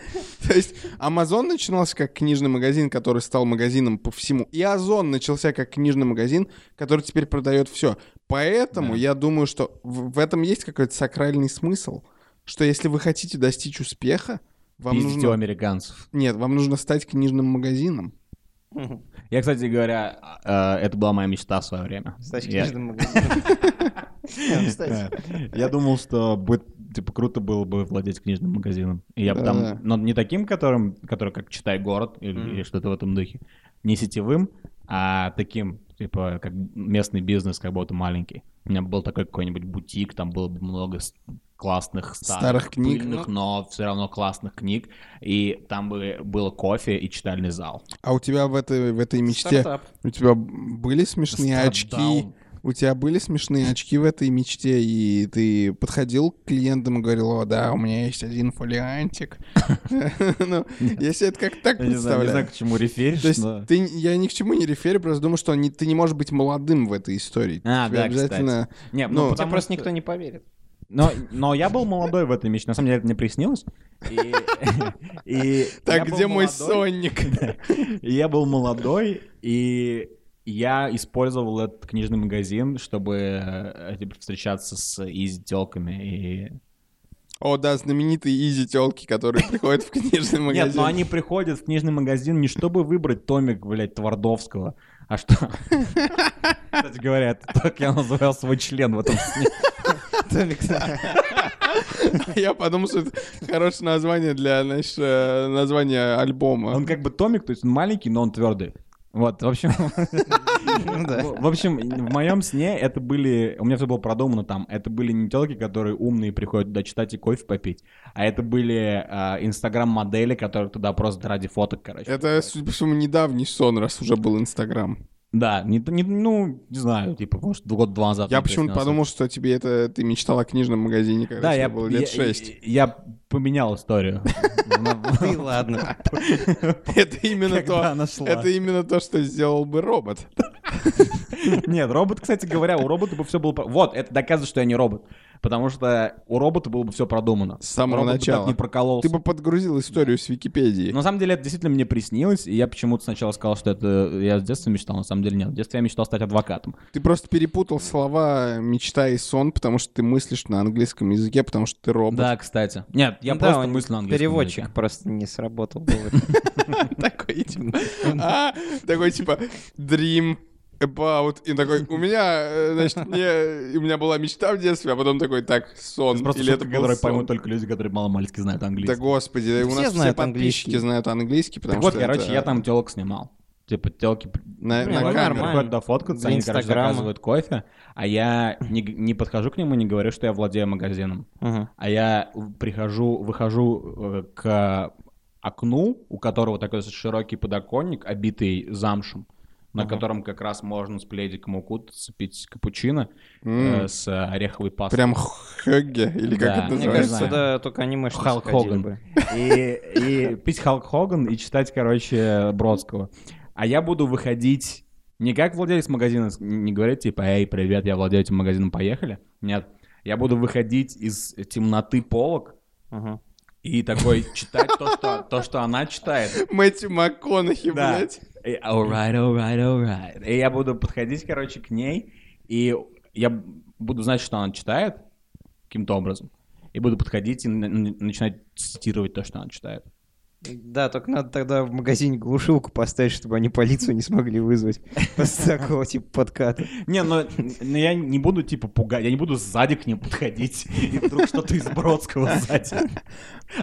Speaker 4: То есть Amazon начинался как книжный магазин, который стал магазином по всему. И Озон начался как книжный магазин, который теперь продает все. Поэтому я думаю, что в в этом есть какой-то сакральный смысл, что если вы хотите достичь успеха, вам
Speaker 7: Пиздите у
Speaker 4: нужно...
Speaker 7: американцев.
Speaker 4: Нет, вам нужно стать книжным магазином.
Speaker 7: Я, кстати говоря, э, это была моя мечта в свое время.
Speaker 3: Кстати,
Speaker 7: Я-
Speaker 3: книжный магазин. Не, ну, Кстати.
Speaker 5: Я думал, что будет типа круто было бы владеть книжным магазином. И я бы
Speaker 4: Да.
Speaker 7: там, но не таким, которым, который как читай город или,
Speaker 3: Мгм.
Speaker 7: или что-то в этом духе, не сетевым, а таким типа как местный бизнес, как будто маленький. У меня был такой какой-нибудь бутик, там было бы много с- классных старых,
Speaker 4: Старых книг,
Speaker 7: пыльных, но все равно классных книг, и там бы было кофе и читальный зал.
Speaker 4: А у тебя в этой, в этой мечте...
Speaker 3: Стартап.
Speaker 4: У тебя были смешные очки?
Speaker 7: Стартдаун.
Speaker 4: У тебя были смешные очки в этой мечте, и ты подходил к клиентам и говорил, о, да, у меня есть один фолиантик. Ну, если это как так
Speaker 5: Я не знаю, не знаю,
Speaker 4: представляю.
Speaker 5: к чему
Speaker 4: То
Speaker 5: реферишь,
Speaker 4: есть
Speaker 5: но...
Speaker 4: ты, я ни к чему не реферю, просто думаю, что не- ты не можешь быть молодым в этой истории.
Speaker 7: А,
Speaker 4: Тебе
Speaker 7: да,
Speaker 4: обязательно...
Speaker 7: Не,
Speaker 4: Ну,
Speaker 7: ну,
Speaker 3: Тебе
Speaker 7: потому
Speaker 3: просто
Speaker 7: что-
Speaker 3: никто не поверит.
Speaker 5: Но, но я был молодой в этой мечте. На самом деле это мне приснилось. И- и я
Speaker 4: Так,
Speaker 5: был
Speaker 4: где мой
Speaker 5: молодой.
Speaker 4: сонник?
Speaker 5: И Я был молодой, и я использовал этот книжный магазин, чтобы э, типа, встречаться с изи-телками. И...
Speaker 4: О, да, знаменитые изи-телки, которые приходят в книжный магазин.
Speaker 5: Нет, но они приходят в книжный магазин не чтобы выбрать томик, блядь, Твардовского, а что... Кстати говоря, это так я называл свой член в этом сне.
Speaker 3: Томик,
Speaker 4: Я подумал, что это хорошее название для, знаешь, э, названия альбома.
Speaker 5: Он как бы томик, то есть он маленький, но он твердый. Вот, в общем,
Speaker 3: Ну да.
Speaker 5: в общем, в моем сне это были, у меня все было продумано там, это были не телки, которые умные приходят туда читать и кофе попить, а это были а, инстаграм-модели, которые туда просто ради фоток, короче.
Speaker 4: Это, судя по всему, недавний сон, раз уже был Инстаграм.
Speaker 5: Да, не, не- ну, не знаю, типа, может, год-два назад.
Speaker 4: Я
Speaker 5: мне
Speaker 4: почему-то
Speaker 5: приснился.
Speaker 4: подумал, что тебе это... Ты мечтал о книжном магазине, когда
Speaker 5: Да,
Speaker 4: тебе
Speaker 5: я,
Speaker 4: было лет шесть.
Speaker 5: я, я поменял историю.
Speaker 3: Ну и ладно.
Speaker 4: Это именно Ну,
Speaker 5: Когда
Speaker 4: то.
Speaker 5: она шла.
Speaker 4: Это именно то, что сделал бы робот.
Speaker 5: Нет, робот, кстати говоря, у робота бы все было... по- Вот, это доказывает, что я не робот. Потому что у робота было бы все продумано.
Speaker 4: С самого
Speaker 5: Робот бы
Speaker 4: начала.
Speaker 5: так не прокололся.
Speaker 4: Ты бы подгрузил историю с Википедии.
Speaker 5: На самом деле это действительно мне приснилось, и я почему-то сначала сказал, что это я с детства мечтал, на самом деле нет. В детстве я мечтал стать адвокатом.
Speaker 4: Ты просто перепутал слова «мечта» и «сон», потому что ты мыслишь на английском языке, потому что ты робот.
Speaker 5: Да, кстати. Нет, я
Speaker 3: Ну да,
Speaker 5: просто
Speaker 3: он
Speaker 5: мысль на английском
Speaker 3: Переводчик
Speaker 5: языке.
Speaker 3: просто не сработал.
Speaker 4: Такой, типа, а, такой, типа, dream about. И такой, у меня, э, значит, мне, у меня была мечта в детстве, а потом такой, так, сон.
Speaker 5: Просто
Speaker 4: Или
Speaker 5: Или
Speaker 4: это был
Speaker 5: которые
Speaker 4: сон.
Speaker 5: поймут только люди, которые мало-мальски знают
Speaker 4: Да
Speaker 5: английский.
Speaker 4: господи, у
Speaker 3: Все
Speaker 4: нас все
Speaker 3: знают
Speaker 4: подписчики
Speaker 3: английский.
Speaker 4: знают английский, потому
Speaker 5: Так вот,
Speaker 4: что
Speaker 5: короче,
Speaker 4: это
Speaker 5: я там телок снимал. Типа телки
Speaker 4: на,
Speaker 3: Ну,
Speaker 4: на
Speaker 3: ладно,
Speaker 4: камеру.
Speaker 3: нормально.
Speaker 5: приходят дофоткаться,
Speaker 3: Для
Speaker 5: они, короче,
Speaker 3: Инстаграма.
Speaker 5: заказывают кофе, а я не, г- не подхожу к нему, не говорю, что я владею магазином. А я прихожу, выхожу э, к окну, у которого такой широкий подоконник, обитый замшем, на
Speaker 3: Ага.
Speaker 5: котором как раз можно с пледиком укутаться, пить капучино
Speaker 4: М.
Speaker 5: э, с ореховой пастой.
Speaker 4: Прям хэгге, или как
Speaker 5: Да,
Speaker 4: это
Speaker 3: Мне
Speaker 5: мне
Speaker 4: называется?
Speaker 3: кажется,
Speaker 5: знаю.
Speaker 3: да, только анимешники
Speaker 5: Халк
Speaker 3: сходили
Speaker 5: Хоган.
Speaker 3: бы.
Speaker 5: И, и пить Халк Хоган и читать, короче, Бродского. А я буду выходить не как владелец магазина, с- не говорить типа, эй, привет, я владею этим магазином, поехали. Нет, я буду выходить из темноты полок
Speaker 3: Мгм.
Speaker 5: и такой читать то, что, то, что она читает.
Speaker 4: Мэтью МакКонахи,
Speaker 5: Да. Э,
Speaker 4: блядь.
Speaker 5: И, alright, alright, alright. И я буду подходить, короче, к ней, и я буду знать, что она читает каким-то образом. И буду подходить и на- на- начинать цитировать то, что она читает.
Speaker 3: Да, только надо тогда в магазине глушилку поставить, чтобы они полицию не смогли вызвать. После такого типа подката.
Speaker 5: Не, но, но я не буду, типа, пугать, я не буду сзади к ним подходить, и вдруг что-то из Бродского сзади.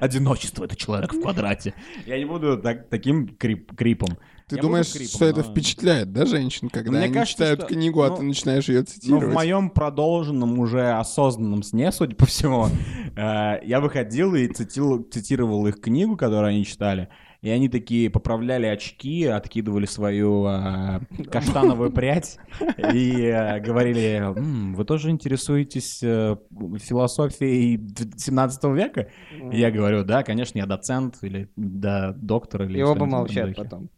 Speaker 5: Одиночество — это человек в квадрате. Я не буду так- таким крип- крипом.
Speaker 4: Ты
Speaker 5: Я буду
Speaker 4: думаешь,
Speaker 5: крипом,
Speaker 4: что это
Speaker 5: но-
Speaker 4: впечатляет, да, женщин, когда
Speaker 5: Мне
Speaker 4: они
Speaker 5: кажется,
Speaker 4: читают
Speaker 5: что-
Speaker 4: книгу, а
Speaker 5: ну,
Speaker 4: ты начинаешь ее
Speaker 5: Но
Speaker 4: цитировать?
Speaker 5: в моем продолженном, уже осознанном сне, судя по всему, э, я выходил и цитил- цитировал их книгу, которую они читали. И они такие поправляли очки, откидывали свою э, каштановую прядь и э, говорили, «М, вы тоже интересуетесь э, философией 17 века? И я говорю, да, конечно, я доцент или да, доктор. Или
Speaker 3: И оба
Speaker 5: что-нибудь в этом
Speaker 3: молчат
Speaker 5: духе».
Speaker 3: потом.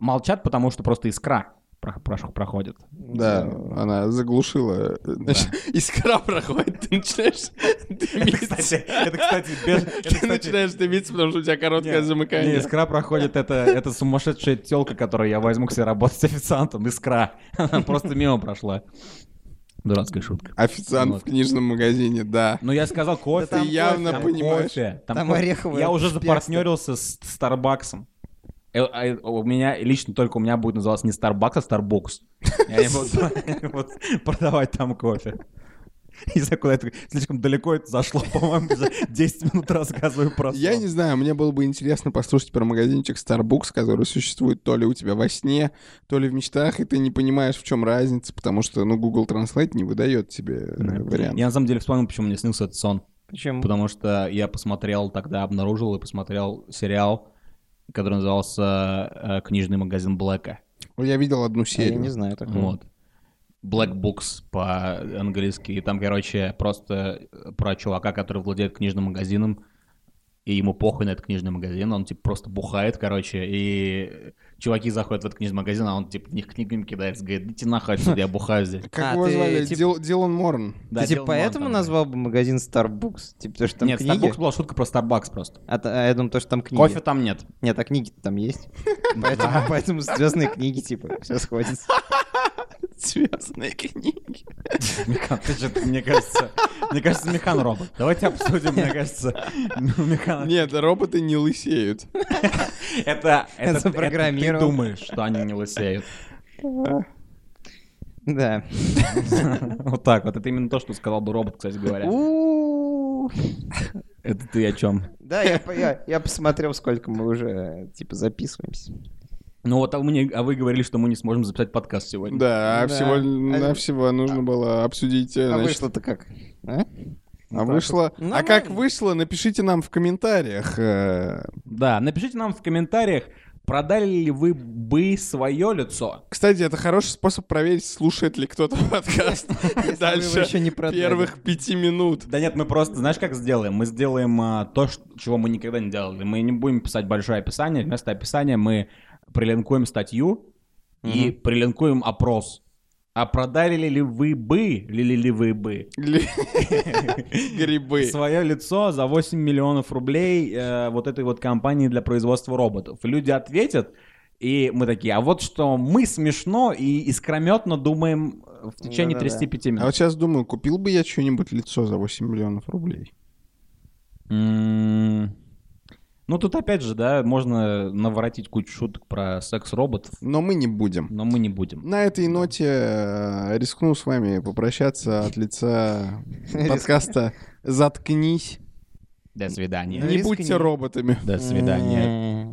Speaker 5: Молчат, потому что просто искра про- прош- проходит.
Speaker 4: Да, она заглушила. э, Значит, искра проходит, ты начинаешь дымиться.
Speaker 5: это, кстати, без- это,
Speaker 4: Ты
Speaker 5: кстати,
Speaker 4: начинаешь дымиться, потому что у тебя короткое
Speaker 5: не,
Speaker 4: замыкание.
Speaker 5: не, искра проходит, это, это сумасшедшая телка, которую я возьму к себе работать официантом. Искра. Она просто мимо прошла. Дурацкая шутка.
Speaker 4: Официант
Speaker 5: Вот.
Speaker 4: в книжном магазине, да.
Speaker 5: Ну, я сказал кофе.
Speaker 4: Ты явно
Speaker 5: там
Speaker 4: понимаешь.
Speaker 5: кофе,
Speaker 3: Там
Speaker 5: кофе.
Speaker 3: ореховое
Speaker 5: Я уже
Speaker 3: шпекство.
Speaker 5: запартнерился с Старбаксом. Э, а, э, У меня лично только у меня будет называться не Starbucks, а Starbucks. Я не буду вот продавать там кофе. Не знаю, куда это слишком далеко это зашло, по-моему, за 10 минут рассказываю про
Speaker 4: Я
Speaker 5: сон.
Speaker 4: не знаю, мне было бы интересно послушать про магазинчик Starbucks, который существует то ли у тебя во сне, то ли в мечтах, и ты не понимаешь, в чем разница, потому что, ну, Google Translate не выдает тебе э,
Speaker 3: Ну,
Speaker 4: вариант.
Speaker 5: Я на самом деле вспомнил, почему мне снился этот сон.
Speaker 3: Почему?
Speaker 5: Потому что я посмотрел, тогда обнаружил и посмотрел сериал, который назывался э, «Книжный магазин Блэка».
Speaker 4: Ой, Я видел одну
Speaker 3: А Я
Speaker 4: серию.
Speaker 3: не знаю такого.
Speaker 5: Вот. Black Books по-английски. И там, короче, просто э, про чувака, который владеет книжным магазином, и ему похуй на этот книжный магазин, он, типа, просто бухает, короче, и чуваки заходят в этот книжный магазин, а он, типа, в них книгами кидается, говорит, идите нахуй отсюда, я бухаю здесь.
Speaker 3: А,
Speaker 4: Как его
Speaker 3: ты,
Speaker 4: звали?
Speaker 3: тип-
Speaker 4: Дил- Дилан Морн.
Speaker 5: Да,
Speaker 3: Ты типа
Speaker 5: Дилан Мон
Speaker 3: поэтому
Speaker 5: там,
Speaker 3: назвал бы магазин Starbucks? Типа, потому что
Speaker 5: да.
Speaker 3: там
Speaker 5: Нет,
Speaker 3: книги?
Speaker 5: Starbucks была шутка про Starbucks просто.
Speaker 3: А, т- а я думаю, то, что там книги.
Speaker 5: Кофе там нет.
Speaker 3: Нет, а книги там есть. Поэтому, поэтому звездные книги, типа, все сходится.
Speaker 4: Связанные книги.
Speaker 5: Механ, ты же, мне кажется, мне кажется, механ робот. Давайте обсудим, мне кажется, ну,
Speaker 3: А.
Speaker 5: механ.
Speaker 4: Нет, роботы не лысеют.
Speaker 5: это, это, это ты
Speaker 3: запрограммировал.
Speaker 5: думаешь, что они не лысеют.
Speaker 3: Да.
Speaker 5: Вот так вот. Это именно то, что сказал бы робот, кстати говоря.
Speaker 3: У-у-у.
Speaker 5: Это ты о чем?
Speaker 3: Да, я, по- я- я посмотрел, сколько мы уже, типа, записываемся.
Speaker 5: Ну вот, а, мне, а вы говорили, что мы не сможем записать подкаст сегодня.
Speaker 4: Да, а
Speaker 3: Да.
Speaker 4: всего,
Speaker 3: А-
Speaker 4: на всего нужно было обсудить. э,
Speaker 3: А Ну,
Speaker 4: значит,
Speaker 3: вышло-то как?
Speaker 5: ну,
Speaker 3: А?
Speaker 4: а вышло.
Speaker 3: вот.
Speaker 4: А как
Speaker 3: Нормально.
Speaker 4: вышло, напишите нам в комментариях. э,
Speaker 5: Да, напишите нам в комментариях, продали ли вы бы свое лицо.
Speaker 4: Кстати, это хороший способ проверить, слушает ли кто-то подкаст
Speaker 3: Если вы его
Speaker 4: дальше
Speaker 3: еще не продали.
Speaker 4: первых пяти минут.
Speaker 5: Да нет, мы просто, знаешь, как сделаем? Мы сделаем а, то, ш- чего мы никогда не делали. Мы не будем писать большое описание. Вместо описания мы прилинкуем статью и прилинкуем опрос. А продали ли вы бы, ли ли ли вы бы,
Speaker 4: Ли- Грибы.
Speaker 5: свое лицо за 8 миллионов рублей э, вот этой вот компании для производства роботов. И Люди ответят, и мы такие, а вот что мы смешно и искрометно думаем в течение
Speaker 3: Да-да-да.
Speaker 5: 35
Speaker 4: А вот
Speaker 5: минут.
Speaker 4: сейчас думаю, купил бы я что-нибудь лицо за 8 миллионов рублей.
Speaker 5: М, Ну, тут опять же, да, можно наворотить кучу шуток про секс-роботов,
Speaker 4: Но мы не будем.
Speaker 5: но мы не будем.
Speaker 4: На этой ноте э, рискну с вами попрощаться от лица подкаста «Заткнись».
Speaker 5: До свидания.
Speaker 4: Не
Speaker 3: Рискни.
Speaker 4: будьте роботами.
Speaker 5: До свидания.
Speaker 3: М.